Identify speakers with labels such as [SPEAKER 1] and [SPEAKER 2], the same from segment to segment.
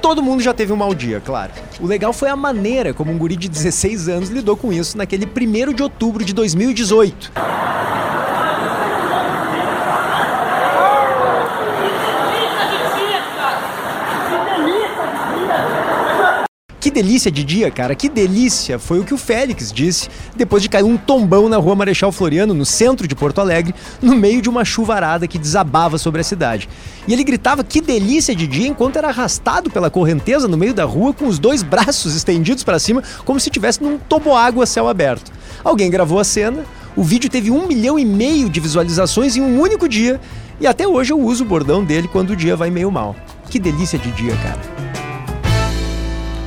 [SPEAKER 1] Todo mundo já teve um mau dia, claro. O legal foi a maneira como um guri de 16 anos lidou com isso naquele 1 de outubro de 2018. Que delícia de dia, cara, que delícia, foi o que o Félix disse depois de cair um tombão na rua Marechal Floriano, no centro de Porto Alegre, no meio de uma chuvarada que desabava sobre a cidade. E ele gritava que delícia de dia enquanto era arrastado pela correnteza no meio da rua com os dois braços estendidos para cima, como se estivesse num toboágua a céu aberto. Alguém gravou a cena, o vídeo teve um milhão e meio de visualizações em um único dia, e até hoje eu uso o bordão dele quando o dia vai meio mal. Que delícia de dia, cara.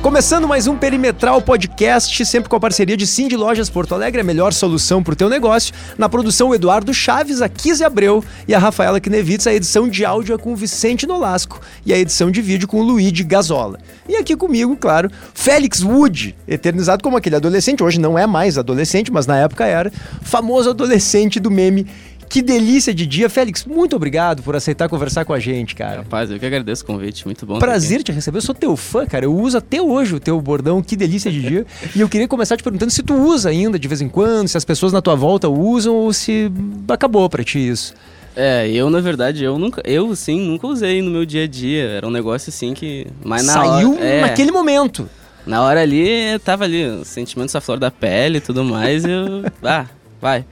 [SPEAKER 1] Começando mais um Perimetral Podcast, sempre com a parceria de Cindy Lojas Porto Alegre, a melhor solução para o teu negócio. Na produção, o Eduardo Chaves, a Kise Abreu e a Rafaela Knevitz. A edição de áudio é com o Vicente Nolasco e a edição de vídeo com o Luigi Gazola. E aqui comigo, claro, Félix Wood, eternizado como aquele adolescente, hoje não é mais adolescente, mas na época era, famoso adolescente do meme que delícia de dia. Félix, muito obrigado por aceitar conversar com a gente, cara.
[SPEAKER 2] Rapaz, eu que agradeço o convite, muito bom.
[SPEAKER 1] Prazer te receber. Eu sou teu fã, cara. Eu uso até hoje o teu bordão, que delícia de dia. e eu queria começar te perguntando se tu usa ainda de vez em quando, se as pessoas na tua volta usam ou se acabou pra ti isso.
[SPEAKER 2] É, eu na verdade, eu nunca, eu sim, nunca usei no meu dia a dia. Era um negócio assim que. Mas na
[SPEAKER 1] Saiu
[SPEAKER 2] hora, é,
[SPEAKER 1] naquele momento.
[SPEAKER 2] Na hora ali, tava ali, os sentimentos à flor da pele e tudo mais, e eu. Ah, vai.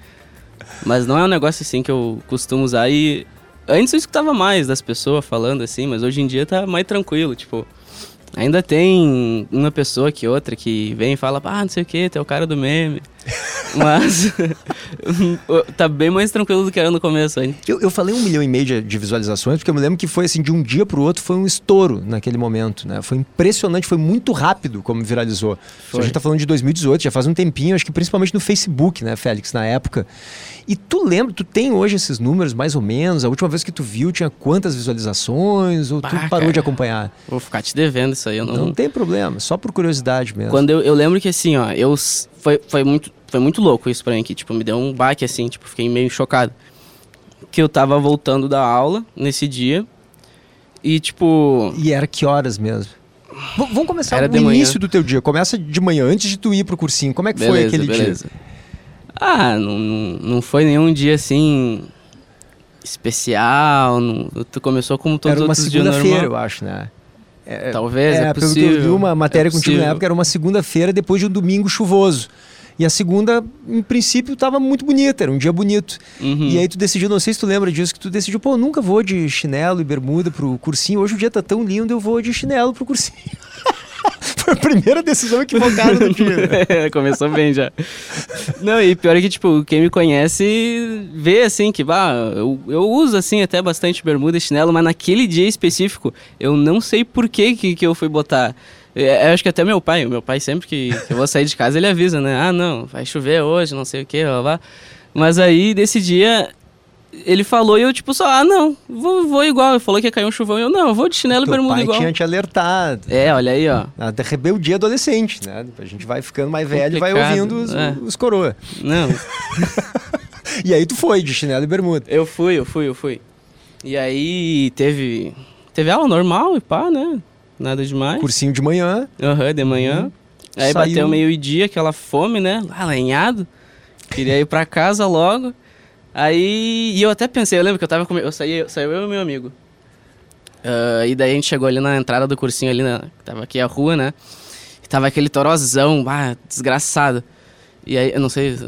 [SPEAKER 2] Mas não é um negócio assim que eu costumo usar. E antes eu escutava mais das pessoas falando assim, mas hoje em dia tá mais tranquilo. Tipo, ainda tem uma pessoa que outra que vem e fala, ah, não sei o que, tu é o cara do meme. mas tá bem mais tranquilo do que era no começo, hein?
[SPEAKER 1] Eu, eu falei um milhão e meio de, de visualizações, porque eu me lembro que foi assim, de um dia pro outro, foi um estouro naquele momento, né? Foi impressionante, foi muito rápido como viralizou. Isso A gente tá falando de 2018, já faz um tempinho, acho que principalmente no Facebook, né, Félix, na época. E tu lembra, tu tem hoje esses números, mais ou menos? A última vez que tu viu tinha quantas visualizações? Ou tu
[SPEAKER 2] Bah,
[SPEAKER 1] parou
[SPEAKER 2] cara.
[SPEAKER 1] de acompanhar? Então,
[SPEAKER 2] Vou ficar te devendo isso aí, eu
[SPEAKER 1] Não
[SPEAKER 2] não,
[SPEAKER 1] tem problema, só por curiosidade mesmo.
[SPEAKER 2] Quando eu, eu lembro que assim, ó, eu s- foi, foi muito foi muito louco isso pra mim, que tipo me deu um baque assim, tipo, fiquei meio chocado. Que eu tava voltando da aula nesse dia e tipo,
[SPEAKER 1] E era que horas mesmo? V- vamos começar
[SPEAKER 2] Era
[SPEAKER 1] no
[SPEAKER 2] de manhã.
[SPEAKER 1] início do teu dia. Começa de manhã, antes de tu ir pro cursinho. Como é que foi
[SPEAKER 2] beleza,
[SPEAKER 1] aquele
[SPEAKER 2] beleza. Ah, não, não, não foi nenhum dia assim especial, não, tu começou como
[SPEAKER 1] dia?
[SPEAKER 2] todos
[SPEAKER 1] Era
[SPEAKER 2] os
[SPEAKER 1] uma
[SPEAKER 2] outros dias
[SPEAKER 1] segunda-feira,
[SPEAKER 2] normal.
[SPEAKER 1] eu acho, né?
[SPEAKER 2] Talvez, é,
[SPEAKER 1] é, pelo que
[SPEAKER 2] possível.
[SPEAKER 1] eu vi uma matéria
[SPEAKER 2] é
[SPEAKER 1] contigo na
[SPEAKER 2] possível.
[SPEAKER 1] época, era uma segunda-feira depois de um domingo chuvoso. E a segunda, em princípio, estava muito bonita, era um dia bonito.
[SPEAKER 2] Uhum.
[SPEAKER 1] E aí tu decidiu, não sei se tu lembra disso, que tu decidiu, pô, eu nunca vou de chinelo e bermuda pro cursinho. Hoje o dia tá tão lindo, eu vou de chinelo pro cursinho. Foi a primeira decisão equivocada do dia. né?
[SPEAKER 2] É, Começou bem já. Não, e pior é que, tipo, quem me conhece vê, assim, que, bah, eu, eu uso, assim, até bastante bermuda e chinelo, mas naquele dia específico, eu não sei por que que, que eu fui botar. É, eu acho que até meu pai, o meu pai sempre que, que eu vou sair de casa, ele avisa, né? Ah, não, vai chover hoje, não sei o que, blá, blá. Mas aí, desse dia, ele falou e eu, tipo, só, ah, não, vou, vou igual. Ele falou que ia cair um chuvão e eu, não, vou de chinelo e
[SPEAKER 1] Teu
[SPEAKER 2] bermuda
[SPEAKER 1] pai
[SPEAKER 2] igual.
[SPEAKER 1] tinha te alertado.
[SPEAKER 2] É, olha aí, ó.
[SPEAKER 1] A da rebeldia adolescente, né? A gente vai ficando mais velho e vai
[SPEAKER 2] Complicado,
[SPEAKER 1] ouvindo os,
[SPEAKER 2] é.
[SPEAKER 1] os coroa.
[SPEAKER 2] Não,
[SPEAKER 1] E aí tu foi de chinelo e bermuda.
[SPEAKER 2] Eu fui, eu fui, eu fui. E aí teve. Teve aula normal e pá, né? Nada demais.
[SPEAKER 1] Cursinho de manhã,
[SPEAKER 2] Aham, de manhã. Aí
[SPEAKER 1] Saiu.
[SPEAKER 2] bateu meio-dia, aquela fome, né? Lá, lenhado. Queria ir pra casa logo. Aí. E eu até pensei, eu lembro que eu tava com. Eu saí, saiu eu e meu amigo. Ah, e daí a gente chegou ali na entrada do cursinho, ali na. Tava aqui a rua, né? E tava aquele torozão, bah, desgraçado. E aí, eu não sei.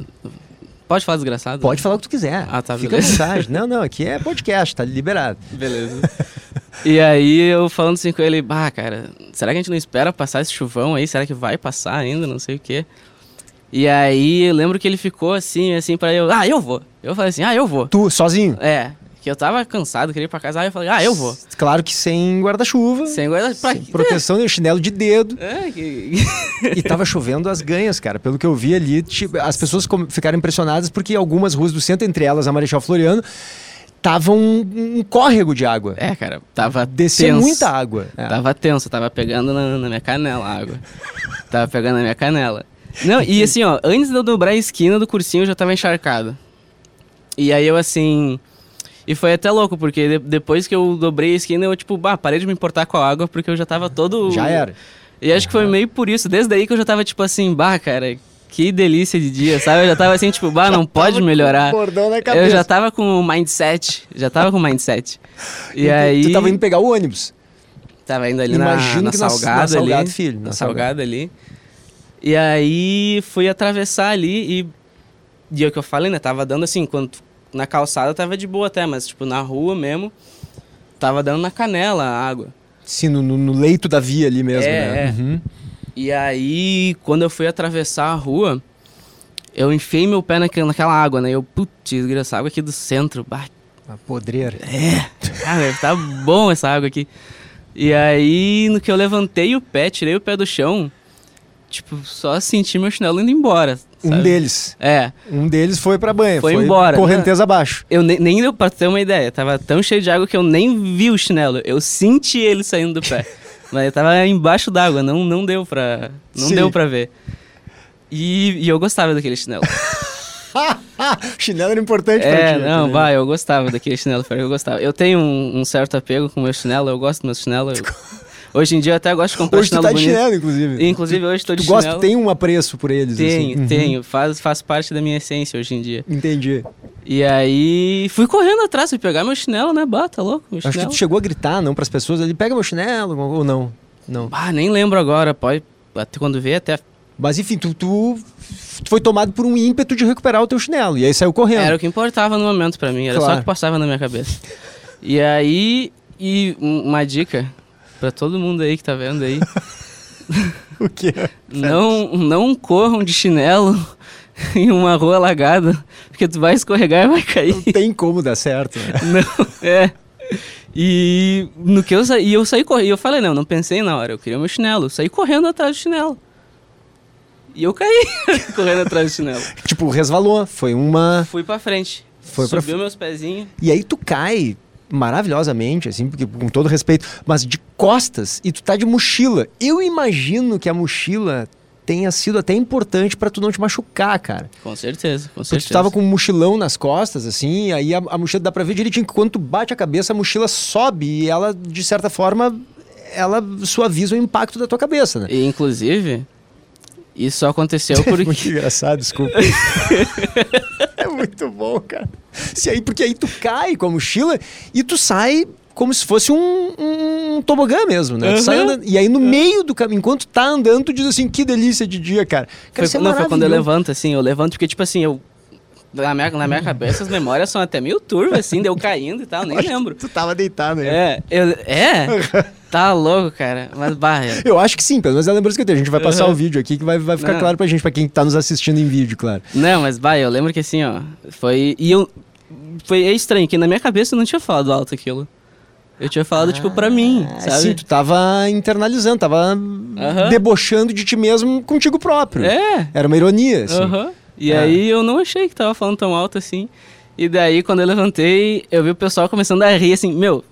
[SPEAKER 2] Pode falar desgraçado?
[SPEAKER 1] Pode falar o que tu quiser.
[SPEAKER 2] Ah, tá,
[SPEAKER 1] Fica à
[SPEAKER 2] beleza.
[SPEAKER 1] vontade. Não, não, aqui é podcast, tá liberado.
[SPEAKER 2] Beleza. e aí eu falando assim com ele, bah, cara, será que a gente não espera passar esse chuvão aí? Será que vai passar ainda? Não sei o quê. E aí eu lembro que ele ficou assim, assim, pra eu, ah, eu vou. Eu falei assim, ah, eu vou.
[SPEAKER 1] Tu, sozinho?
[SPEAKER 2] É, que eu tava cansado, queria ir pra casa, aí eu falei, ah, eu vou.
[SPEAKER 1] Claro que sem guarda-chuva.
[SPEAKER 2] Sem guarda, pra
[SPEAKER 1] sem
[SPEAKER 2] quê?
[SPEAKER 1] Proteção nem chinelo de dedo.
[SPEAKER 2] É, que...
[SPEAKER 1] E tava chovendo as ganhas, cara. Pelo que eu vi ali, tipo, as pessoas com- ficaram impressionadas porque algumas ruas do centro, entre elas a Marechal Floriano, tava um, um córrego de água.
[SPEAKER 2] é, cara, tava
[SPEAKER 1] Desceu
[SPEAKER 2] tenso. Tá
[SPEAKER 1] muita água. É.
[SPEAKER 2] Tava tenso, tava pegando na, na minha canela a água. tava pegando na minha canela. Não, e assim, ó, antes de eu dobrar a esquina do cursinho, eu já tava encharcado. E aí eu assim. E foi até louco, porque de- depois que eu dobrei a esquina, eu, tipo, bah, parei de me importar com a água, porque eu já tava todo.
[SPEAKER 1] Já era.
[SPEAKER 2] E acho que foi meio por isso, desde aí que eu já tava, tipo assim, bah, cara, que delícia de dia, sabe? Eu já tava assim, tipo, bah, não pode melhorar.
[SPEAKER 1] um Bordão na cabeça.
[SPEAKER 2] Eu já tava com o mindset, já tava com o mindset. E
[SPEAKER 1] Tu-
[SPEAKER 2] aí.
[SPEAKER 1] Tu tava indo pegar o ônibus.
[SPEAKER 2] Tava indo Tá ali
[SPEAKER 1] Imagino
[SPEAKER 2] na, na
[SPEAKER 1] que na-
[SPEAKER 2] salgada
[SPEAKER 1] na Salgado,
[SPEAKER 2] ali.
[SPEAKER 1] filho,
[SPEAKER 2] Na,
[SPEAKER 1] na
[SPEAKER 2] salgada. ali. E aí fui atravessar ali e. E é o que eu falei, né? Tava dando assim, quando na calçada tava de boa até, mas tipo, na rua mesmo, tava dando na canela a água.
[SPEAKER 1] Sim, no, no- no leito da via ali mesmo,
[SPEAKER 2] É,
[SPEAKER 1] né?
[SPEAKER 2] é.
[SPEAKER 1] Uhum.
[SPEAKER 2] E aí, quando eu fui atravessar a rua, eu enfiei meu pé naque- naquela água, né? E eu, putz, essa água aqui do centro, bah,
[SPEAKER 1] Uma podreira.
[SPEAKER 2] Cara, tá bom essa água aqui. E aí, no que eu levantei o pé, tirei o pé do chão, tipo, só senti meu chinelo indo embora.
[SPEAKER 1] Um
[SPEAKER 2] sabe?
[SPEAKER 1] deles.
[SPEAKER 2] É.
[SPEAKER 1] Um deles foi pra banha.
[SPEAKER 2] Foi embora, né?
[SPEAKER 1] Correnteza abaixo.
[SPEAKER 2] Eu nem, nem deu pra ter uma ideia. Tava tão cheio de água que eu nem vi o chinelo. Eu senti ele saindo do pé. Mas eu tava embaixo d'água, não, não deu pra. Não
[SPEAKER 1] Sim.
[SPEAKER 2] deu pra ver. E, e eu gostava daquele chinelo.
[SPEAKER 1] Chinelo era importante pra
[SPEAKER 2] É,
[SPEAKER 1] ti. né?
[SPEAKER 2] não,
[SPEAKER 1] aquele.
[SPEAKER 2] vai, eu gostava daquele chinelo, pior que eu gostava. Eu tenho um, um certo apego com o meu chinelo, eu gosto do meu chinelo. eu- Hoje em dia eu até gosto de comprar
[SPEAKER 1] Hoje tu
[SPEAKER 2] chinelo
[SPEAKER 1] tá de
[SPEAKER 2] bonito.
[SPEAKER 1] chinelo, inclusive.
[SPEAKER 2] Inclusive, hoje tô de
[SPEAKER 1] tu gosta,
[SPEAKER 2] chinelo.
[SPEAKER 1] tem um apreço por eles,
[SPEAKER 2] Tenho,
[SPEAKER 1] assim.
[SPEAKER 2] tenho. Faz, faz parte da minha essência hoje em dia.
[SPEAKER 1] Uhum. Entendi.
[SPEAKER 2] E aí, fui correndo atrás, fui pegar meu chinelo, né? Bata, louco, meu
[SPEAKER 1] Acho que
[SPEAKER 2] chinelo.
[SPEAKER 1] tu chegou a gritar, não, pras pessoas ali, pega meu chinelo, ou não. Não.
[SPEAKER 2] Ah, nem lembro agora, pode... Até quando vê, até...
[SPEAKER 1] Mas enfim, tu, tu, tu foi tomado por um ímpeto de recuperar o teu chinelo. E aí saiu correndo.
[SPEAKER 2] Era o que importava no momento pra mim, era só
[SPEAKER 1] Claro.
[SPEAKER 2] o que passava na minha cabeça. E aí, e um- uma dica pra todo mundo aí que tá vendo aí.
[SPEAKER 1] o quê?
[SPEAKER 2] Não, não corram de chinelo em uma rua alagada, porque tu vai escorregar e vai cair.
[SPEAKER 1] Não tem como dar certo. né?
[SPEAKER 2] Não, é. E no que eu saí, e eu saí correndo, eu falei, não, não pensei na hora, eu queria meu chinelo, eu saí correndo atrás do chinelo. E eu caí correndo atrás do chinelo.
[SPEAKER 1] tipo, resvalou. Foi uma.
[SPEAKER 2] Fui pra frente.
[SPEAKER 1] Foi pra
[SPEAKER 2] subiu meus pezinhos.
[SPEAKER 1] E aí tu cai maravilhosamente, assim, porque com todo respeito, mas de costas e tu tá de mochila. Eu imagino que a mochila tenha sido até importante pra tu não te machucar, cara.
[SPEAKER 2] Com certeza, com
[SPEAKER 1] Porque
[SPEAKER 2] certeza.
[SPEAKER 1] tu tava com um mochilão nas costas, assim, e aí a, a mochila dá pra ver direitinho que quando tu bate a cabeça, a mochila sobe e ela, de certa forma, ela suaviza o impacto da tua cabeça, né?
[SPEAKER 2] E, inclusive, isso só aconteceu É porque...
[SPEAKER 1] Muito engraçado, desculpa. é muito bom, cara. Se aí, porque aí tu cai com a mochila e tu sai como se fosse um, um tobogã mesmo, né? Tu sai
[SPEAKER 2] Aham. É.
[SPEAKER 1] andando- e aí no meio do caminho, enquanto tu tá andando, tu diz assim, que delícia de dia, cara. cara
[SPEAKER 2] Foi,
[SPEAKER 1] isso é
[SPEAKER 2] não, foi quando eu
[SPEAKER 1] maravilhoso.
[SPEAKER 2] levanto, assim, eu levanto porque, tipo assim, eu... Na minha, na minha cabeça, as memórias são até meio turvas, assim, deu caindo e tal, nem lembro.
[SPEAKER 1] Tu tava deitado, né?
[SPEAKER 2] É, eu, é? tá louco, cara. Mas, bah, eu-
[SPEAKER 1] Eu acho que sim, pelo menos é a lembrança que eu tenho. A gente vai passar
[SPEAKER 2] Aham. É.
[SPEAKER 1] o vídeo aqui que vai, vai ficar
[SPEAKER 2] Não.
[SPEAKER 1] claro pra gente, pra quem tá nos assistindo em vídeo, claro.
[SPEAKER 2] não, mas, bah, eu lembro que assim, ó, foi... E eu... Foi é estranho, que na minha cabeça eu não tinha falado alto aquilo. Eu tinha falado, tipo, pra mim,
[SPEAKER 1] Ah,
[SPEAKER 2] sabe?
[SPEAKER 1] Sim, tu tava internalizando, tava debochando de ti mesmo contigo próprio.
[SPEAKER 2] É,
[SPEAKER 1] Era uma ironia, assim.
[SPEAKER 2] aham. E
[SPEAKER 1] É.
[SPEAKER 2] aí eu não achei que tava falando tão alto assim. E daí, quando eu levantei, eu vi o pessoal começando a rir, assim, meu...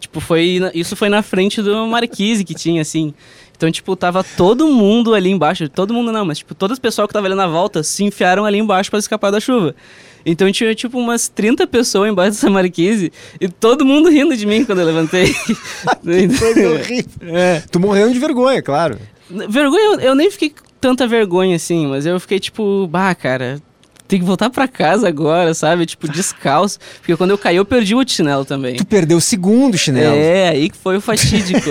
[SPEAKER 2] Tipo, foi... na- Isso foi na frente do Marquise que tinha, assim... Então, tipo, tava todo mundo ali embaixo. Todo mundo não, mas, tipo, todo o pessoal que tava ali na volta se enfiaram ali embaixo pra escapar da chuva. Então tinha, tipo, umas 30 pessoas embaixo dessa marquise e todo mundo rindo de mim quando eu levantei.
[SPEAKER 1] Coisa horrível.
[SPEAKER 2] é.
[SPEAKER 1] Tu morrendo de vergonha, claro.
[SPEAKER 2] Vergonha, eu- eu nem fiquei com tanta vergonha assim, mas eu fiquei tipo, bah, cara, tem que voltar pra casa agora, sabe? Tipo, descalço. Porque quando eu caí, eu perdi o chinelo também.
[SPEAKER 1] Tu perdeu o segundo chinelo.
[SPEAKER 2] É, aí que foi o fatídico,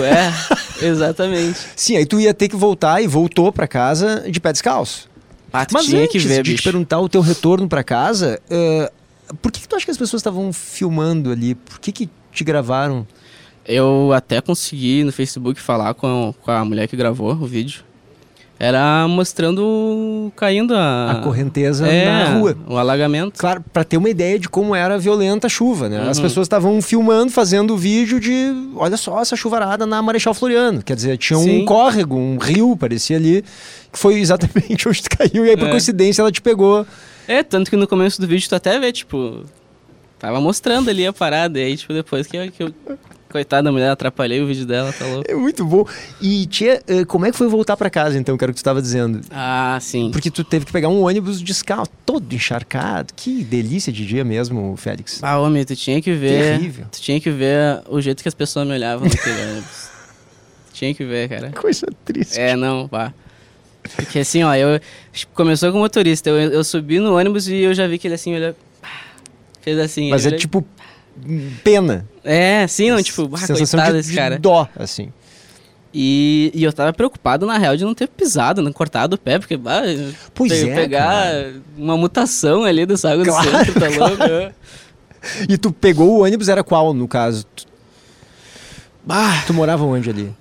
[SPEAKER 2] é. Exatamente.
[SPEAKER 1] Sim, aí tu ia ter que voltar e voltou pra casa de pé descalço.
[SPEAKER 2] Ah, tu
[SPEAKER 1] Mas
[SPEAKER 2] tinha
[SPEAKER 1] antes
[SPEAKER 2] que ver,
[SPEAKER 1] de
[SPEAKER 2] bicho.
[SPEAKER 1] te perguntar o teu retorno pra casa, eh, por que, que tu acha que as pessoas estavam filmando ali? Por que, que te gravaram?
[SPEAKER 2] Eu até consegui no Facebook falar com, com a mulher que gravou o vídeo. Era mostrando caindo a...
[SPEAKER 1] A correnteza
[SPEAKER 2] é,
[SPEAKER 1] na rua.
[SPEAKER 2] o alagamento.
[SPEAKER 1] Claro, pra ter uma ideia de como era violenta a chuva, né? As
[SPEAKER 2] Uhum.
[SPEAKER 1] pessoas estavam filmando, fazendo o vídeo de, olha só essa chuvarada na Marechal Floriano. Quer dizer, tinha um
[SPEAKER 2] Sim.
[SPEAKER 1] córrego, um rio, parecia ali, que foi exatamente onde tu caiu. E aí, por
[SPEAKER 2] É.
[SPEAKER 1] coincidência, ela te pegou.
[SPEAKER 2] É, tanto que no começo do vídeo tu até vê, tipo, tava mostrando ali a parada, e aí, tipo, depois que eu, que eu- Coitada da mulher, atrapalhei o vídeo dela, tá louco.
[SPEAKER 1] É muito bom. E, tia, eh, como é que foi voltar pra casa, então, que era o que tu tava dizendo?
[SPEAKER 2] Ah, sim.
[SPEAKER 1] Porque tu teve que pegar um ônibus descalço, todo encharcado. Que delícia de dia mesmo, Félix.
[SPEAKER 2] Ah, homem, tu tinha que ver.
[SPEAKER 1] Terrível.
[SPEAKER 2] Tu tinha que ver o jeito que as pessoas me olhavam naquele ônibus. Tinha que ver, cara.
[SPEAKER 1] Coisa triste.
[SPEAKER 2] É, não, pá. Porque assim, ó, eu. Começou com o motorista, eu, eu subi no ônibus e eu já vi que ele assim olhou. pá, Fez assim.
[SPEAKER 1] Mas é
[SPEAKER 2] ele olhou-
[SPEAKER 1] tipo pena.
[SPEAKER 2] É, sim, não, tipo, ah,
[SPEAKER 1] sensação
[SPEAKER 2] coitado
[SPEAKER 1] de,
[SPEAKER 2] desse
[SPEAKER 1] de
[SPEAKER 2] cara.
[SPEAKER 1] dó, assim.
[SPEAKER 2] E, e eu tava preocupado, na real, de não ter pisado, não cortado o pé, porque bah,
[SPEAKER 1] Pois
[SPEAKER 2] pe-
[SPEAKER 1] é,
[SPEAKER 2] pegar uma mutação ali dessa água
[SPEAKER 1] Claro,
[SPEAKER 2] do centro, tá louco?
[SPEAKER 1] E tu pegou o ônibus, era qual, no caso? Tu,
[SPEAKER 2] Bah,
[SPEAKER 1] tu morava onde ali?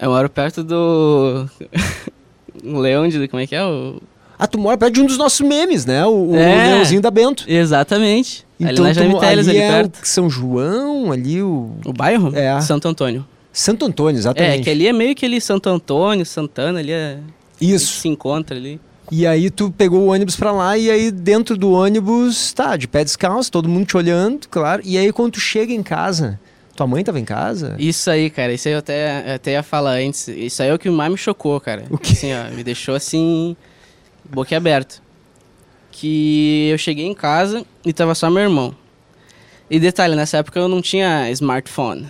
[SPEAKER 2] eu moro perto do. o Leão de. Como é que é? O...
[SPEAKER 1] Ah, tu mora perto de um dos nossos memes, né? O, o
[SPEAKER 2] É.
[SPEAKER 1] Leãozinho da Bento.
[SPEAKER 2] Exatamente. ali na
[SPEAKER 1] tu mo-
[SPEAKER 2] Jamiteles, ali
[SPEAKER 1] é
[SPEAKER 2] perto.
[SPEAKER 1] o São João, ali o...
[SPEAKER 2] O bairro?
[SPEAKER 1] É.
[SPEAKER 2] Santo Antônio.
[SPEAKER 1] Santo Antônio, exatamente.
[SPEAKER 2] É, que ali é meio que ali Santo Antônio, Santana, ali é.
[SPEAKER 1] Isso.
[SPEAKER 2] Se encontra ali.
[SPEAKER 1] E aí tu pegou o ônibus pra lá e aí dentro do ônibus, tá, de pé descalço, todo mundo te olhando, claro. E aí quando tu chega em casa, tua mãe tava em casa?
[SPEAKER 2] Isso aí, cara, isso aí eu até, eu até ia falar antes. Isso aí é o que mais me chocou, cara.
[SPEAKER 1] O quê?
[SPEAKER 2] Assim, ó, me deixou assim, boquiaberto. Que eu cheguei em casa e tava só meu irmão. E detalhe, nessa época eu não tinha smartphone.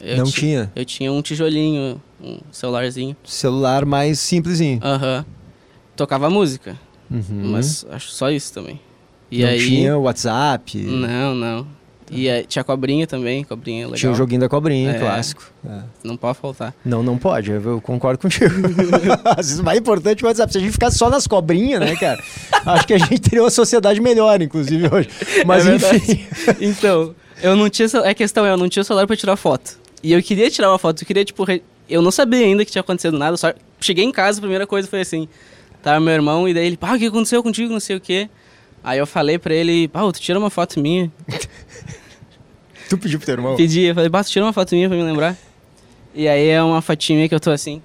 [SPEAKER 2] Eu
[SPEAKER 1] Não
[SPEAKER 2] ti-
[SPEAKER 1] tinha.
[SPEAKER 2] Eu tinha um tijolinho, um celularzinho.
[SPEAKER 1] Celular mais simplesinho.
[SPEAKER 2] Aham. Tocava música,
[SPEAKER 1] Uhum.
[SPEAKER 2] Ah, mas acho só isso também. E
[SPEAKER 1] não
[SPEAKER 2] aí. Né.
[SPEAKER 1] tinha WhatsApp,
[SPEAKER 2] Não, não. E aí, tinha cobrinha também, cobrinha legal.
[SPEAKER 1] tinha um o joguinho da cobrinha,
[SPEAKER 2] É.
[SPEAKER 1] clássico. É.
[SPEAKER 2] Não pode faltar.
[SPEAKER 1] Não, não pode, eu, eu concordo contigo. Às vezes o mais importante é o WhatsApp. Se a gente ficasse só nas cobrinhas, né, cara? Acho que a gente teria uma sociedade melhor, inclusive, hoje. Mas
[SPEAKER 2] É verdade.
[SPEAKER 1] enfim.
[SPEAKER 2] Então, eu não tinha. cel- A questão é, eu não tinha celular pra tirar foto. E eu queria tirar uma foto, eu queria, tipo. re- Eu não sabia ainda que tinha acontecido nada, só. Cheguei em casa, a primeira coisa foi assim. Tava meu irmão, e daí ele, pá, o que aconteceu contigo? Não sei o quê. Aí eu falei pra ele, pá, tu tira uma foto minha.
[SPEAKER 1] Tu pediu pro teu irmão?
[SPEAKER 2] Pedi, eu falei, pá, tu tira uma foto minha pra me lembrar. E aí é uma fotinha que eu tô assim.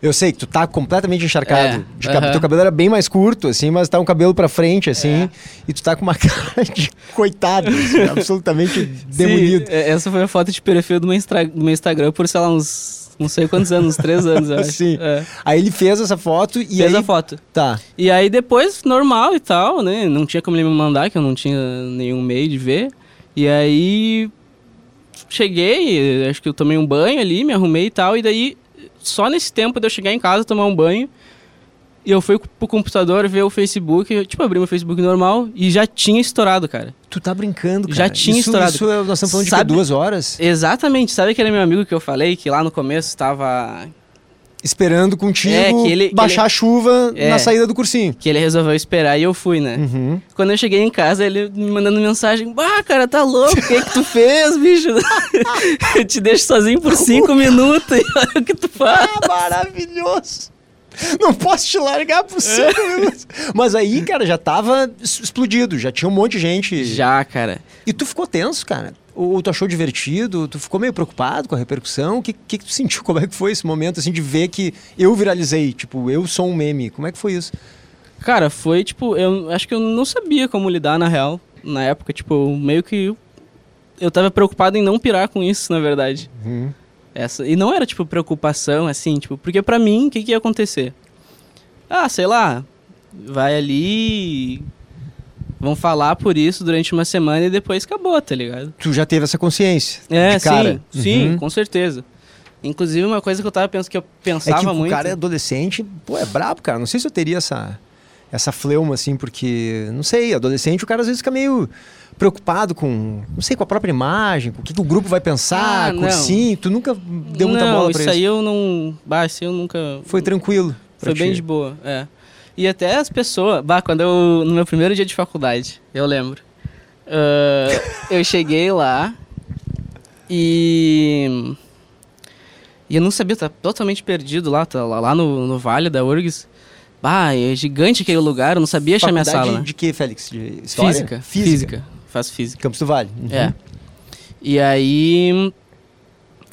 [SPEAKER 1] Eu sei que tu tá completamente encharcado.
[SPEAKER 2] É,
[SPEAKER 1] de cab-
[SPEAKER 2] aham.
[SPEAKER 1] Teu cabelo era bem mais curto, assim, mas tá um cabelo pra frente, assim.
[SPEAKER 2] É.
[SPEAKER 1] E tu tá com uma cara de coitado, assim, absolutamente demolido.
[SPEAKER 2] Sim, é- essa foi a foto de perfil do meu, instra- do meu Instagram por, sei lá, uns. Não sei quantos anos, uns três anos, eu acho.
[SPEAKER 1] Sim.
[SPEAKER 2] É.
[SPEAKER 1] Aí ele fez essa foto e
[SPEAKER 2] Fez
[SPEAKER 1] aí...
[SPEAKER 2] a foto.
[SPEAKER 1] Tá.
[SPEAKER 2] E aí depois, normal e tal, né? Não tinha como ele me mandar, que eu não tinha nenhum meio de ver. E aí cheguei, acho que eu tomei um banho ali, me arrumei e tal. E daí, só nesse tempo de eu chegar em casa, tomar um banho, e eu fui pro computador ver o Facebook, eu, tipo, abri meu Facebook normal e já tinha estourado, cara.
[SPEAKER 1] Tu tá brincando, cara.
[SPEAKER 2] Já tinha
[SPEAKER 1] isso,
[SPEAKER 2] estourado.
[SPEAKER 1] Isso, é- nós estamos falando de quê?
[SPEAKER 2] Sabe-
[SPEAKER 1] duas horas?
[SPEAKER 2] Exatamente, sabe aquele meu amigo que eu falei que lá no começo tava
[SPEAKER 1] Esperando contigo
[SPEAKER 2] É, que ele- que
[SPEAKER 1] baixar
[SPEAKER 2] ele-
[SPEAKER 1] a chuva
[SPEAKER 2] É.
[SPEAKER 1] na saída do cursinho.
[SPEAKER 2] que ele resolveu esperar e eu fui, né?
[SPEAKER 1] Uhum.
[SPEAKER 2] Quando eu cheguei em casa, ele me mandando mensagem: Bah, cara, tá louco, o que, que tu fez, bicho? eu te deixo sozinho por cinco minutos e olha o que tu faz.
[SPEAKER 1] Ah, maravilhoso! Não posso te largar por cinco
[SPEAKER 2] É.
[SPEAKER 1] minutos. Mas aí, cara, já tava es- explodido, já tinha um monte de gente.
[SPEAKER 2] Já, cara.
[SPEAKER 1] E tu ficou tenso, cara? Ou tu achou divertido? Tu ficou meio preocupado com a repercussão? O que, que, que tu sentiu? Como é que foi esse momento, assim, de ver que eu viralizei? Tipo, eu sou um meme. Como é que foi isso?
[SPEAKER 2] Cara, foi tipo, eu acho que eu não sabia como lidar na real, na época. Tipo, eu meio que. Eu tava preocupado em não pirar com isso, na verdade. Essa, e não era, tipo, preocupação, assim, tipo, porque pra mim, o que, que ia acontecer? Ah, sei lá, vai ali, vão falar por isso durante uma semana e depois acabou, tá ligado?
[SPEAKER 1] Tu já teve essa consciência
[SPEAKER 2] É,
[SPEAKER 1] de cara?
[SPEAKER 2] sim, sim,
[SPEAKER 1] Uhum.
[SPEAKER 2] com certeza. Inclusive, uma coisa que eu tava pensando, que eu
[SPEAKER 1] É
[SPEAKER 2] pensava
[SPEAKER 1] que
[SPEAKER 2] muito.
[SPEAKER 1] o cara é adolescente, pô, é brabo, cara. Não sei se eu teria essa, essa fleuma, assim, porque, não sei, adolescente o cara às vezes fica meio preocupado com, não sei, com a própria imagem, com o que, que o grupo vai pensar,
[SPEAKER 2] Ah, não.
[SPEAKER 1] cursinho. Tu nunca deu muita
[SPEAKER 2] não,
[SPEAKER 1] bola
[SPEAKER 2] isso
[SPEAKER 1] pra isso.
[SPEAKER 2] aí eu não. Bah, isso aí eu nunca.
[SPEAKER 1] Foi tranquilo. pra
[SPEAKER 2] Foi bem
[SPEAKER 1] ti.
[SPEAKER 2] de boa, é. E até as pessoas. Bah, quando eu. No meu primeiro dia de faculdade, eu lembro. ah, eu cheguei lá e. E eu não sabia, tá totalmente perdido lá, tá lá, lá no, no Vale da URGS. Bah, é gigante aquele lugar, eu não sabia chamar a
[SPEAKER 1] Faculdade
[SPEAKER 2] sala. né?
[SPEAKER 1] de quê, Félix? De história?
[SPEAKER 2] Física, física.
[SPEAKER 1] Física.
[SPEAKER 2] Faço física.
[SPEAKER 1] Campos do Vale. Uhum.
[SPEAKER 2] É. E aí.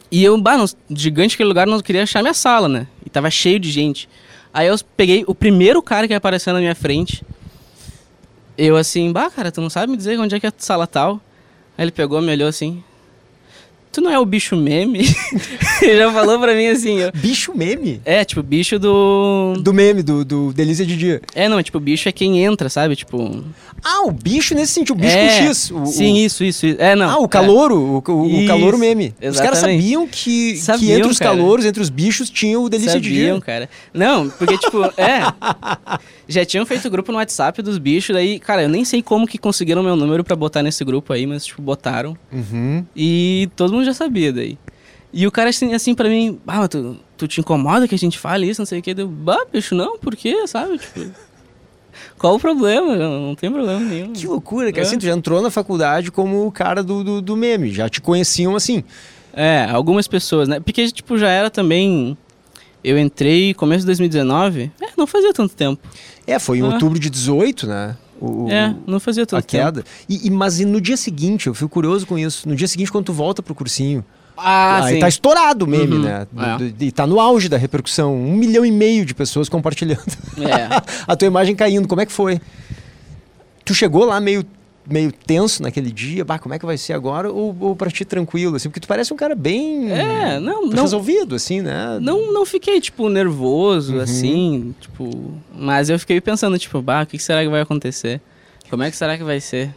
[SPEAKER 2] E eu, bah, não, gigante aquele lugar, não queria achar minha sala, né? E tava cheio de gente. Aí eu peguei o primeiro cara que apareceu na minha frente. Eu assim, bah, cara, tu não sabe me dizer onde é que é a sala tal? Aí ele pegou, me olhou assim. tu não é o bicho meme? Ele já falou pra mim assim, eu-
[SPEAKER 1] Bicho meme?
[SPEAKER 2] é, tipo, bicho do...
[SPEAKER 1] Do meme, do, do Delícia de Dia.
[SPEAKER 2] É, não, tipo, bicho é quem entra, sabe? Tipo...
[SPEAKER 1] Ah, o bicho nesse sentido, o bicho
[SPEAKER 2] é,
[SPEAKER 1] com X. O,
[SPEAKER 2] sim, isso, isso, isso. É, não.
[SPEAKER 1] Ah, o
[SPEAKER 2] é.
[SPEAKER 1] calouro, o, ca- o
[SPEAKER 2] Isso,
[SPEAKER 1] calouro meme. Os caras
[SPEAKER 2] exatamente.
[SPEAKER 1] sabiam que, que
[SPEAKER 2] Sabiam,
[SPEAKER 1] entre os
[SPEAKER 2] cara.
[SPEAKER 1] calouros, entre os bichos, tinha o Delícia de
[SPEAKER 2] Sabiam,
[SPEAKER 1] Dia.
[SPEAKER 2] cara. Não, porque, tipo, é. Já tinham feito grupo no WhatsApp dos bichos, daí, cara, eu nem sei como que conseguiram meu número pra botar nesse grupo aí, mas, tipo, botaram.
[SPEAKER 1] Uhum.
[SPEAKER 2] E todo mundo já sabia daí. E o cara assim, assim pra mim, ah, mas tu, tu te incomoda que a gente fale isso, não sei o que. Deu, bah, bicho, não, por quê, sabe? Tipo, qual o problema? Não, não tem problema nenhum.
[SPEAKER 1] Que loucura, cara.
[SPEAKER 2] É.
[SPEAKER 1] Assim, tu já entrou na faculdade como o cara do, do, do meme. Já te conheciam assim.
[SPEAKER 2] É, algumas pessoas, né? Porque, tipo, já era também. Eu entrei começo de 2019. É, não fazia tanto tempo.
[SPEAKER 1] É, foi em
[SPEAKER 2] Ah.
[SPEAKER 1] outubro de 18, né? O, o-
[SPEAKER 2] É, não fazia
[SPEAKER 1] a
[SPEAKER 2] tanto tempo.
[SPEAKER 1] queda. E, e- mas e no dia seguinte, eu fico curioso com isso. No dia seguinte, quando tu volta pro cursinho,
[SPEAKER 2] Ah,
[SPEAKER 1] aí tá estourado o meme,
[SPEAKER 2] Uhum,
[SPEAKER 1] né?
[SPEAKER 2] é.
[SPEAKER 1] Do- do- E tá no auge da repercussão. Um milhão e meio de pessoas compartilhando.
[SPEAKER 2] É.
[SPEAKER 1] a tua imagem caindo. Como é que foi? Tu chegou lá meio, meio tenso naquele dia, bah, como é que vai ser agora? Ou, ou pra ti tranquilo, assim? Porque tu parece um cara bem
[SPEAKER 2] É, não, não.
[SPEAKER 1] resolvido, assim, né?
[SPEAKER 2] Não, não fiquei, tipo, nervoso,
[SPEAKER 1] Uhum.
[SPEAKER 2] assim, tipo... Mas eu fiquei pensando, tipo, bah, o que que será que vai acontecer? Como é que será que vai ser?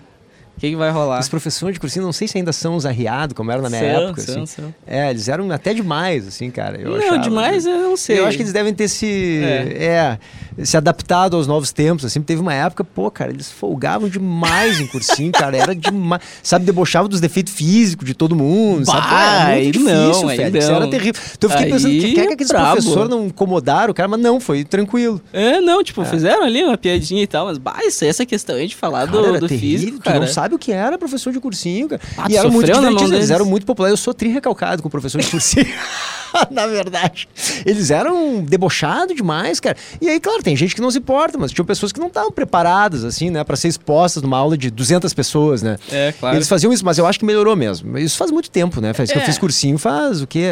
[SPEAKER 2] O que, que vai rolar?
[SPEAKER 1] Os professores de cursinho, não sei se ainda são os arriados, como eram na minha
[SPEAKER 2] São,
[SPEAKER 1] época,
[SPEAKER 2] são,
[SPEAKER 1] assim.
[SPEAKER 2] são.
[SPEAKER 1] É, eles eram até demais, assim, cara. Eu
[SPEAKER 2] não,
[SPEAKER 1] achava,
[SPEAKER 2] demais eu não sei.
[SPEAKER 1] Eu acho que eles devem ter se, é. se adaptado aos novos tempos, assim. Teve uma época, pô, cara, eles folgavam demais em cursinho, cara. Era demais. Sabe, debochava dos defeitos físicos de todo mundo, sabe? Pô, era
[SPEAKER 2] Bah, aí
[SPEAKER 1] muito difícil,
[SPEAKER 2] não, aí
[SPEAKER 1] Félix.
[SPEAKER 2] não.
[SPEAKER 1] Era terrível. Então eu fiquei
[SPEAKER 2] Aí
[SPEAKER 1] pensando, que quer que aqueles
[SPEAKER 2] brabo.
[SPEAKER 1] professores não incomodaram o cara? Mas não, foi tranquilo.
[SPEAKER 2] É, não, tipo, fizeram ali uma piadinha e tal, mas, bah, isso, essa questão aí de falar
[SPEAKER 1] Cara,
[SPEAKER 2] do, do físico,
[SPEAKER 1] tu não
[SPEAKER 2] cara...
[SPEAKER 1] sabe o que era professor de cursinho, cara.
[SPEAKER 2] Ah, tu
[SPEAKER 1] e era muito
[SPEAKER 2] sofreu na mão
[SPEAKER 1] divertido, eles
[SPEAKER 2] deles?
[SPEAKER 1] eram muito populares. Eu sou tri recalcado com professor de cursinho. na verdade. Eles eram debochados demais, cara. E aí, claro, tem gente que não se importa, mas tinha pessoas que não estavam preparadas, assim, né, pra ser expostas numa aula de 200 pessoas, né?
[SPEAKER 2] É, claro.
[SPEAKER 1] Eles faziam isso, mas eu acho que melhorou mesmo. Isso faz muito tempo, né? Faz que eu
[SPEAKER 2] É.
[SPEAKER 1] fiz cursinho faz o quê?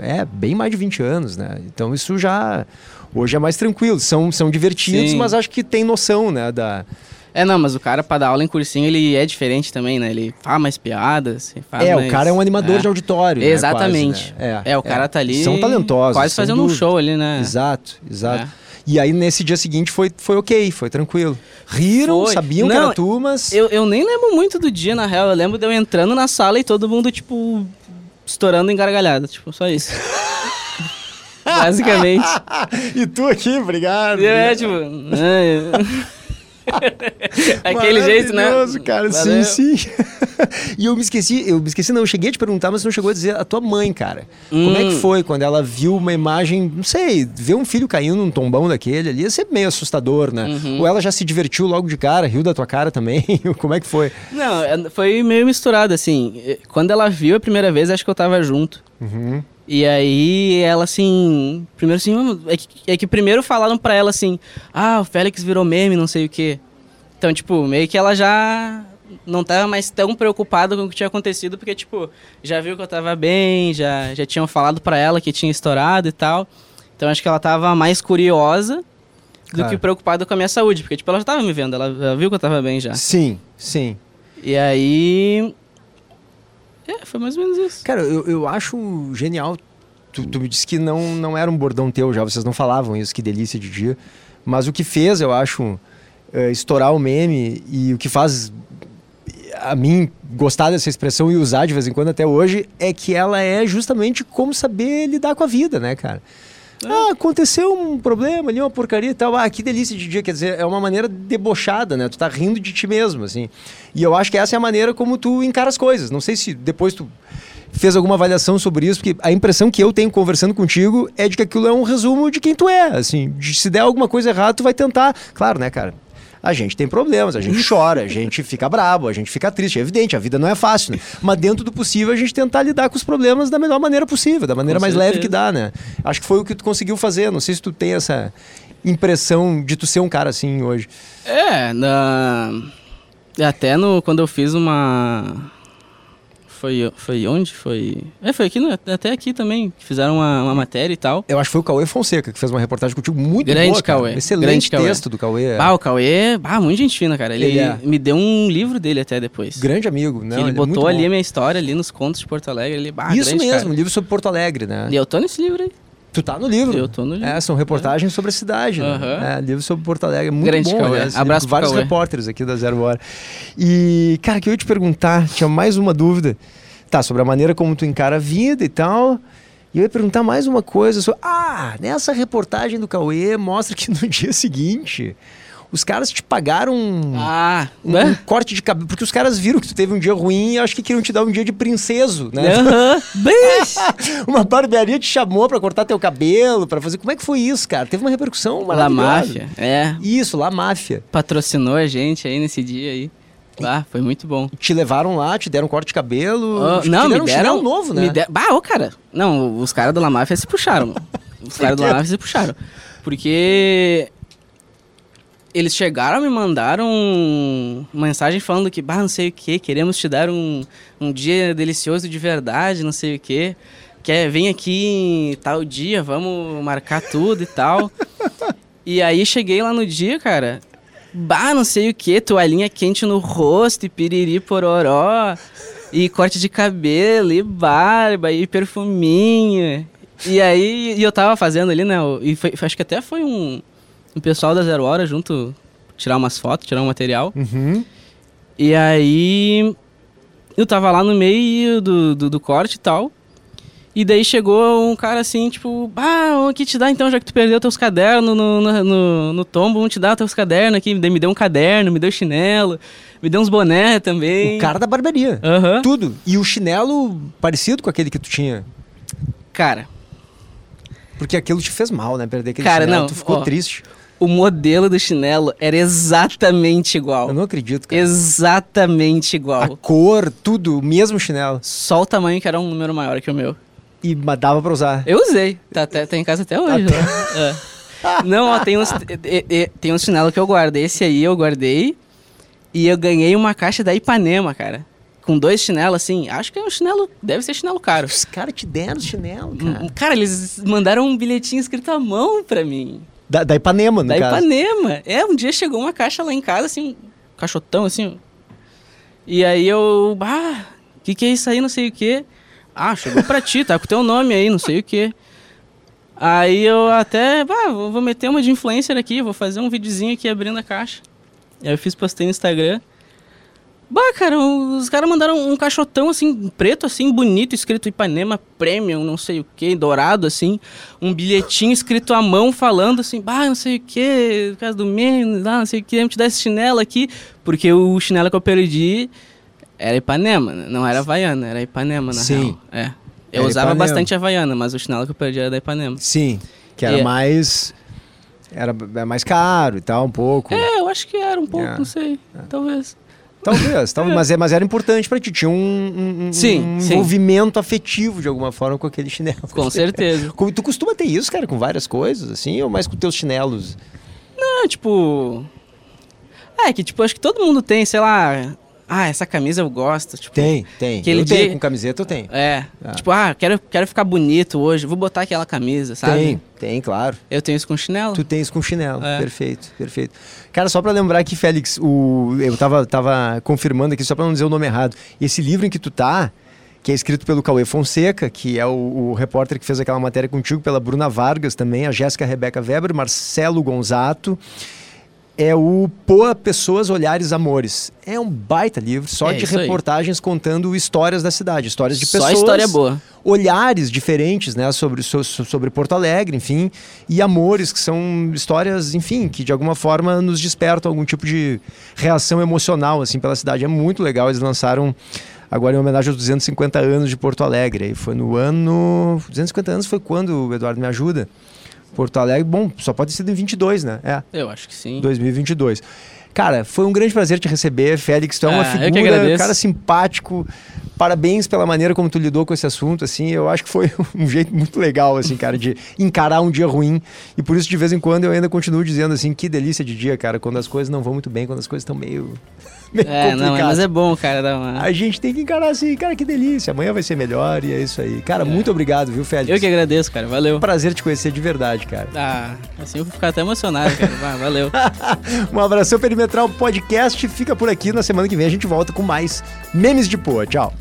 [SPEAKER 1] É, bem mais de 20 anos, né? Então isso já. Hoje é mais tranquilo. São, são divertidos,
[SPEAKER 2] Sim.
[SPEAKER 1] mas acho que tem noção, né? Da,
[SPEAKER 2] É, não, mas o cara, pra dar aula em cursinho, ele é diferente também, né? Ele fala mais piadas, ele fala
[SPEAKER 1] É,
[SPEAKER 2] mais-
[SPEAKER 1] o cara é um animador de auditório. né,
[SPEAKER 2] Ah, Exatamente.
[SPEAKER 1] quase, né?
[SPEAKER 2] É, o cara tá ali...
[SPEAKER 1] São talentosos.
[SPEAKER 2] Quase
[SPEAKER 1] sem
[SPEAKER 2] fazendo um
[SPEAKER 1] dúvida.
[SPEAKER 2] show ali, né?
[SPEAKER 1] Exato, exato.
[SPEAKER 2] É.
[SPEAKER 1] E aí, nesse dia seguinte, foi, foi ok, foi tranquilo. Riram,
[SPEAKER 2] Foi.
[SPEAKER 1] sabiam que
[SPEAKER 2] Não,
[SPEAKER 1] era tu, mas.
[SPEAKER 2] Eu, eu nem lembro muito do dia, na real. Eu lembro de eu entrando na sala e todo mundo, tipo, estourando em gargalhada. Tipo, só isso. Basicamente.
[SPEAKER 1] e tu aqui, obrigado.
[SPEAKER 2] E eu é, tipo. ai. Aquele jeito, né?
[SPEAKER 1] Maravilhoso, cara,
[SPEAKER 2] Valeu.
[SPEAKER 1] sim, sim. e eu me esqueci, eu me esqueci, não, eu cheguei a te perguntar, mas você não chegou a dizer a tua mãe, cara. Como é que
[SPEAKER 2] Hum.
[SPEAKER 1] foi quando ela viu uma imagem, não sei, ver um filho caindo num tombão daquele ali, é sempre meio assustador, né?
[SPEAKER 2] Uhum.
[SPEAKER 1] Ou ela já se divertiu logo de cara, riu da tua cara também, como é que foi?
[SPEAKER 2] Não, é- foi meio misturado, assim. Quando ela viu a primeira vez, acho que eu tava junto.
[SPEAKER 1] Uhum.
[SPEAKER 2] E aí ela assim. Primeiro assim, "Mano, é que, é que primeiro falaram pra ela assim, ah, o Félix virou meme, não sei o quê. Então, tipo, meio que ela já não tava mais tão preocupada com o que tinha acontecido, porque, tipo, já viu que eu tava bem, já, já tinham falado pra ela que tinha estourado e tal. Então acho que ela tava mais curiosa do
[SPEAKER 1] Claro.
[SPEAKER 2] que preocupada com a minha saúde, porque, tipo, ela já tava me vendo, ela, ela viu que eu tava bem já.
[SPEAKER 1] Sim, sim.
[SPEAKER 2] E aí. É, foi mais ou menos isso.
[SPEAKER 1] Cara, eu, eu acho genial. Tu, tu me disse que não, não era um bordão teu já, vocês não falavam isso, que delícia de dia. Mas o que fez, eu acho, eh, estourar o meme e o que faz eh, a mim gostar dessa expressão e usar de vez em quando até hoje é que ela é justamente como saber lidar com a vida, né, cara? Ah, aconteceu um problema ali, uma porcaria e tal. Ah, que delícia de dia. Quer dizer, é uma maneira debochada, né? Tu tá rindo de ti mesmo, assim. E eu acho que essa é a maneira como tu encara as coisas. Não sei se depois tu fez alguma avaliação sobre isso, porque a impressão que eu tenho conversando contigo é de que aquilo é um resumo de quem tu é, assim. De se der alguma coisa errada, tu vai tentar. Claro, né, cara? A gente tem problemas, a gente chora, a gente fica brabo, a gente fica triste. É evidente, a vida não é fácil, né? Mas dentro do possível, a gente tentar lidar com os problemas da melhor maneira possível, da maneira mais leve que
[SPEAKER 2] certeza.
[SPEAKER 1] dá, né? Acho que foi o que tu conseguiu fazer. Não sei se tu tem essa impressão de tu ser um cara assim hoje.
[SPEAKER 2] É, na... até no, quando eu fiz uma. foi, foi onde? Foi. É, foi aqui, no- até aqui também, que fizeram uma, uma matéria e tal.
[SPEAKER 1] Eu acho que foi o Cauê Fonseca que fez uma reportagem contigo muito
[SPEAKER 2] Grande
[SPEAKER 1] boa, cara.
[SPEAKER 2] Cauê,
[SPEAKER 1] Excelente
[SPEAKER 2] grande Cauê.
[SPEAKER 1] texto do Cauê. é.
[SPEAKER 2] Ah, o Cauê, bah, muito gente fina, cara. Ele,
[SPEAKER 1] Ele é.
[SPEAKER 2] me deu um livro dele até depois.
[SPEAKER 1] Grande amigo, né?
[SPEAKER 2] que ele botou ali a minha história ali nos contos de Porto Alegre. Ele, bah,
[SPEAKER 1] Isso
[SPEAKER 2] grande,
[SPEAKER 1] mesmo,
[SPEAKER 2] cara.
[SPEAKER 1] um livro sobre Porto Alegre, né?
[SPEAKER 2] E eu tô nesse livro aí.
[SPEAKER 1] Tu tá no livro.
[SPEAKER 2] Eu tô no livro.
[SPEAKER 1] É, são reportagens sobre a cidade, né?
[SPEAKER 2] Aham.
[SPEAKER 1] É, livro sobre Porto Alegre. Muito
[SPEAKER 2] Grande
[SPEAKER 1] bom,
[SPEAKER 2] Cauê.
[SPEAKER 1] aliás, livro com
[SPEAKER 2] Abraço pro
[SPEAKER 1] vários
[SPEAKER 2] Cauê.
[SPEAKER 1] repórteres aqui da Zero Hora. E, cara, que eu ia te perguntar, tinha mais uma dúvida. Tá, sobre a maneira como tu encara a vida e tal. E eu ia perguntar mais uma coisa. sobre- Ah, nessa reportagem do Cauê mostra que no dia seguinte os caras te pagaram um-
[SPEAKER 2] Ah,
[SPEAKER 1] um, um
[SPEAKER 2] né?
[SPEAKER 1] corte de cabelo. Porque os caras viram que tu teve um dia ruim e acho que queriam te dar um dia de princeso, né?
[SPEAKER 2] Aham. Bicho!
[SPEAKER 1] Uma barbearia te chamou pra cortar teu cabelo, pra fazer. Como é que foi isso, cara? Teve uma repercussão
[SPEAKER 2] La
[SPEAKER 1] maravilhosa.
[SPEAKER 2] Máfia, é.
[SPEAKER 1] Isso, lá máfia.
[SPEAKER 2] Patrocinou a gente aí nesse dia aí. Ah, foi muito bom.
[SPEAKER 1] Te levaram lá, te deram corte de cabelo.
[SPEAKER 2] Ah,
[SPEAKER 1] te deram
[SPEAKER 2] não, me
[SPEAKER 1] um
[SPEAKER 2] deram
[SPEAKER 1] chinelo novo, né?
[SPEAKER 2] Me de... Bah, ô, cara. Não, os caras do La Máfia se puxaram, mano. Os caras do La Máfia se puxaram. Porque eles chegaram, me mandaram uma mensagem falando que, bah, não sei o que, queremos te dar um, um dia delicioso de verdade, não sei o que. Quer, vem aqui em tal dia, vamos marcar tudo e tal. e aí cheguei lá no dia, cara. Bah, não sei o que, toalhinha quente no rosto e piriri pororó. E corte de cabelo, e barba, e perfuminho. E aí, e eu tava fazendo ali, né? o- E foi- acho que até foi um, um pessoal da Zero Hora junto tirar umas fotos, tirar um material.
[SPEAKER 1] Uhum.
[SPEAKER 2] E aí eu tava lá no meio do, do, do corte e tal. E daí chegou um cara assim, tipo, ah, vamos aqui te dar então, já que tu perdeu teus cadernos no, no, no, no tombo, vamos te dar teus cadernos aqui. Daí Me deu um caderno, me deu chinelo, me deu uns boné também.
[SPEAKER 1] O cara da barbearia.
[SPEAKER 2] Aham.
[SPEAKER 1] Tudo. E o chinelo parecido com aquele que tu tinha.
[SPEAKER 2] Cara,
[SPEAKER 1] Porque aquilo te fez mal, né? Perder aquele
[SPEAKER 2] Cara,
[SPEAKER 1] chinelo.
[SPEAKER 2] não,
[SPEAKER 1] Tu ficou
[SPEAKER 2] ó.
[SPEAKER 1] triste.
[SPEAKER 2] o modelo do chinelo era exatamente igual.
[SPEAKER 1] Eu não acredito, cara. A
[SPEAKER 2] Exatamente igual.
[SPEAKER 1] cor, tudo, o mesmo chinelo.
[SPEAKER 2] Só o tamanho que era um número maior que o meu.
[SPEAKER 1] E mas dava pra usar.
[SPEAKER 2] Eu usei. Tá, até- tá em casa até hoje. né? É. Não, ó, tem uns, e- e- tem uns chinelo que eu guardo. Esse aí eu guardei. E eu ganhei uma caixa da Ipanema, cara. Com dois chinelos, assim. Acho que é um chinelo. Deve ser chinelo caro.
[SPEAKER 1] Os caras te deram o chinelo,
[SPEAKER 2] Hum,
[SPEAKER 1] cara.
[SPEAKER 2] Cara, eles mandaram um bilhetinho escrito à mão pra mim.
[SPEAKER 1] Da, da Ipanema, no
[SPEAKER 2] da
[SPEAKER 1] caso.
[SPEAKER 2] Ipanema. É, um dia chegou uma caixa lá em casa, assim, um caixotão, assim. ó. E aí eu, ah, o que, que é isso aí, não sei o quê. Ah, chegou pra ti, tá com teu nome aí, não sei o quê. Aí eu até, bah, vou vou meter uma de influencer aqui, vou fazer um videozinho aqui abrindo a caixa. Aí eu fiz, postei no Instagram. Bah, cara, os caras mandaram um caixotão assim, preto, assim, bonito, escrito Ipanema Premium, não sei o que, dourado, assim. Um bilhetinho escrito à mão falando assim, bah, não sei o que, por causa do meme, lá, não sei o que, vamos te dar esse chinelo aqui. Porque o chinelo que eu perdi era Ipanema, né? não era Havaiana, era Ipanema, na
[SPEAKER 1] Sim.
[SPEAKER 2] real. É. Eu
[SPEAKER 1] Era
[SPEAKER 2] usava
[SPEAKER 1] Ipanema.
[SPEAKER 2] bastante Havaiana, mas o chinelo que eu perdi era da Ipanema.
[SPEAKER 1] Sim, que era
[SPEAKER 2] E- é-
[SPEAKER 1] mais. Era b- mais caro e tal, um pouco.
[SPEAKER 2] É, eu acho que era um pouco,
[SPEAKER 1] É.
[SPEAKER 2] não sei, talvez.
[SPEAKER 1] Talvez, talvez mas, é, mas era importante pra ti. Tinha um, um- um-
[SPEAKER 2] Sim,
[SPEAKER 1] um
[SPEAKER 2] sim.
[SPEAKER 1] envolvimento afetivo de alguma forma com aquele chinelo.
[SPEAKER 2] Com certeza.
[SPEAKER 1] Como- Tu costuma ter isso, cara, com várias coisas, assim, ou mais com teus chinelos?
[SPEAKER 2] Não, tipo. É, que tipo, acho que todo mundo tem, sei lá. Ah, essa camisa eu gosto. Tipo,
[SPEAKER 1] Tem, tem.
[SPEAKER 2] Aquele
[SPEAKER 1] eu
[SPEAKER 2] dia-
[SPEAKER 1] tenho, com camiseta eu tenho.
[SPEAKER 2] É.
[SPEAKER 1] Ah.
[SPEAKER 2] Tipo, ah, quero, quero ficar bonito hoje, vou botar aquela camisa, sabe?
[SPEAKER 1] Tem, tem, claro.
[SPEAKER 2] Eu tenho isso com chinelo.
[SPEAKER 1] Tu tens com chinelo.
[SPEAKER 2] É.
[SPEAKER 1] Perfeito, perfeito. Cara, só pra lembrar que, Félix, o... eu tava, tava confirmando aqui, só pra não dizer o nome errado. Esse livro em que tu tá, que é escrito pelo Cauê Fonseca, que é o, o repórter que fez aquela matéria contigo, pela Bruna Vargas também, a Jéssica Rebeca Weber, Marcelo Gonzato. É o Poa Pessoas, Olhares, Amores. É um baita livro, só
[SPEAKER 2] É
[SPEAKER 1] de
[SPEAKER 2] isso aí.
[SPEAKER 1] reportagens contando histórias da cidade, histórias de
[SPEAKER 2] Só
[SPEAKER 1] pessoas
[SPEAKER 2] história boa.
[SPEAKER 1] olhares diferentes, né, sobre, so- so- sobre Porto Alegre, enfim, e amores que são histórias, enfim, que de alguma forma nos despertam algum tipo de reação emocional, assim, pela cidade. É muito legal, eles lançaram agora em homenagem aos 250 anos de Porto Alegre, e foi no ano... 250 anos foi quando, o Eduardo, me ajuda? Porto Alegre, bom, só pode ter sido em 22, né? É,
[SPEAKER 2] Eu acho que sim.
[SPEAKER 1] 2022. Cara, foi um grande prazer te receber, Félix. Tu é uma
[SPEAKER 2] Ah, eu que
[SPEAKER 1] figura, um
[SPEAKER 2] agradeço.
[SPEAKER 1] cara simpático. Parabéns pela maneira como tu lidou com esse assunto, assim. Eu acho que foi um jeito muito legal, assim, cara, de encarar um dia ruim. E por isso, de vez em quando, eu ainda continuo dizendo, assim, que delícia de dia, cara, quando as coisas não vão muito bem, quando as coisas estão meio. meio
[SPEAKER 2] É, não,
[SPEAKER 1] complicadas.
[SPEAKER 2] mas é bom, cara, dar uma...
[SPEAKER 1] A gente tem que encarar assim, cara, que delícia. Amanhã vai ser melhor e é isso aí. Cara, muito obrigado, viu, Félix?
[SPEAKER 2] Eu que agradeço, cara, valeu.
[SPEAKER 1] Prazer te conhecer de verdade, cara.
[SPEAKER 2] Ah, assim eu vou ficar até emocionado, cara, Bah, valeu.
[SPEAKER 1] um abração perimetral podcast. Fica por aqui. Na semana que vem a gente volta com mais memes de pô. Tchau.